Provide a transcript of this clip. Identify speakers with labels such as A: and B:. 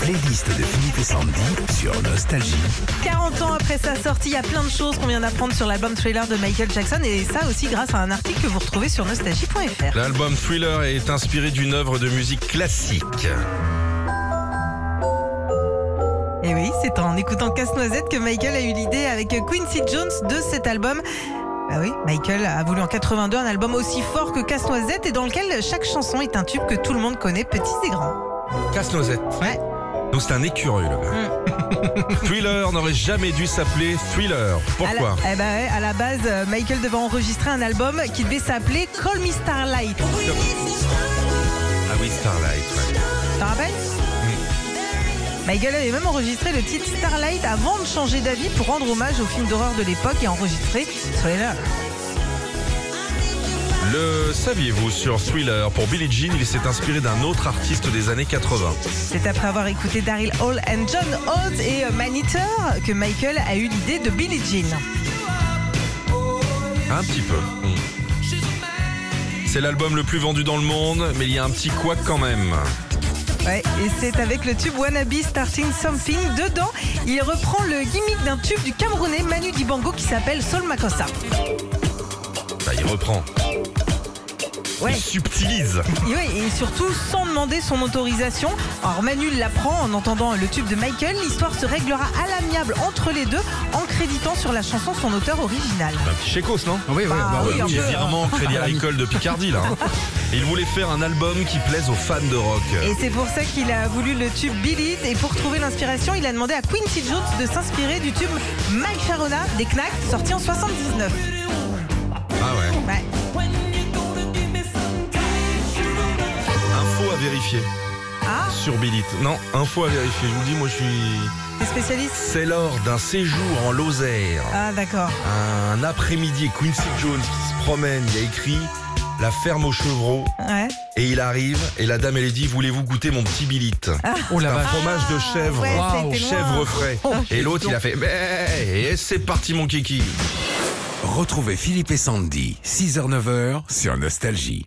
A: playlist de Philippe et Sandy sur Nostalgie.
B: 40 ans après sa sortie, il y a plein de choses qu'on vient d'apprendre sur l'album Thriller de Michael Jackson et ça aussi grâce à un article que vous retrouvez sur nostalgie.fr.
C: L'album Thriller est inspiré d'une œuvre de musique classique.
B: Et oui, c'est en écoutant Casse-Noisette que Michael a eu l'idée avec Quincy Jones de cet album. Bah oui, Michael a voulu en 82 un album aussi fort que Casse-Noisette et dans lequel chaque chanson est un tube que tout le monde connaît, petits et grands.
C: Casse-noisette.
B: Ouais.
C: Donc c'est un écureuil, le gars. Thriller n'aurait jamais dû s'appeler Thriller. Pourquoi
B: à la, eh ben ouais, à la base, euh, Michael devait enregistrer un album qui devait s'appeler Call Me Starlight.
C: Ah oui, Starlight. ouais.
B: T'en rappelles Michael avait même enregistré le titre Starlight avant de changer d'avis pour rendre hommage au film d'horreur de l'époque et enregistrer Thriller.
C: Le saviez-vous sur Thriller Pour Billie Jean, il s'est inspiré d'un autre artiste des années 80.
B: C'est après avoir écouté Daryl Hall and John Holt et euh, Maneater que Michael a eu l'idée de Billie Jean.
C: Un petit peu. C'est l'album le plus vendu dans le monde, mais il y a un petit quoi quand même.
B: Ouais, et c'est avec le tube Wannabe Starting Something. Dedans, il reprend le gimmick d'un tube du Camerounais Manu Dibango qui s'appelle Sol Makossa.
C: Bah, il reprend.
B: Ouais.
C: Il subtilise.
B: Et, ouais, et surtout, sans demander son autorisation. Alors Manu l'apprend en entendant le tube de Michael. L'histoire se réglera à l'amiable entre les deux en créditant sur la chanson son auteur original.
C: Un petit chécos, non
D: Oui, oui,
B: Bah,
D: bah,
B: oui,
D: oui.
B: un
C: Petit
B: peu, hein.
C: virement Crédit Agricole de Picardie, là. hein. Il voulait faire un album qui plaise aux fans de rock.
B: Et c'est pour ça qu'il a voulu le tube Billy. Et pour trouver l'inspiration, il a demandé à Quincy Jones de s'inspirer du tube Mike Sharona des Knack, sorti en 79.
C: Ah ouais.
B: Ouais.
C: Info à vérifier.
B: Ah,
C: Sur Billit. Non, info à vérifier. Je vous le dis, moi je suis.
B: t'es spécialiste
C: C'est lors d'un séjour en Lozère,
B: Ah, d'accord.
C: un après-midi, Quincy Jones qui se promène, il a écrit La ferme aux chevreaux,
B: Ouais.
C: et il arrive, et la dame elle dit Voulez-vous goûter mon petit bilite
D: Oh
C: C'est
D: la
C: un
D: vache.
C: fromage de chèvre,
B: Ah, Ouais, ça a
D: Waouh, Oh.
B: été loin.
C: chèvre frais. et l'autre il a fait Mais et c'est parti mon kiki
A: Retrouvez Philippe et Sandy, 6h-9h sur Nostalgie.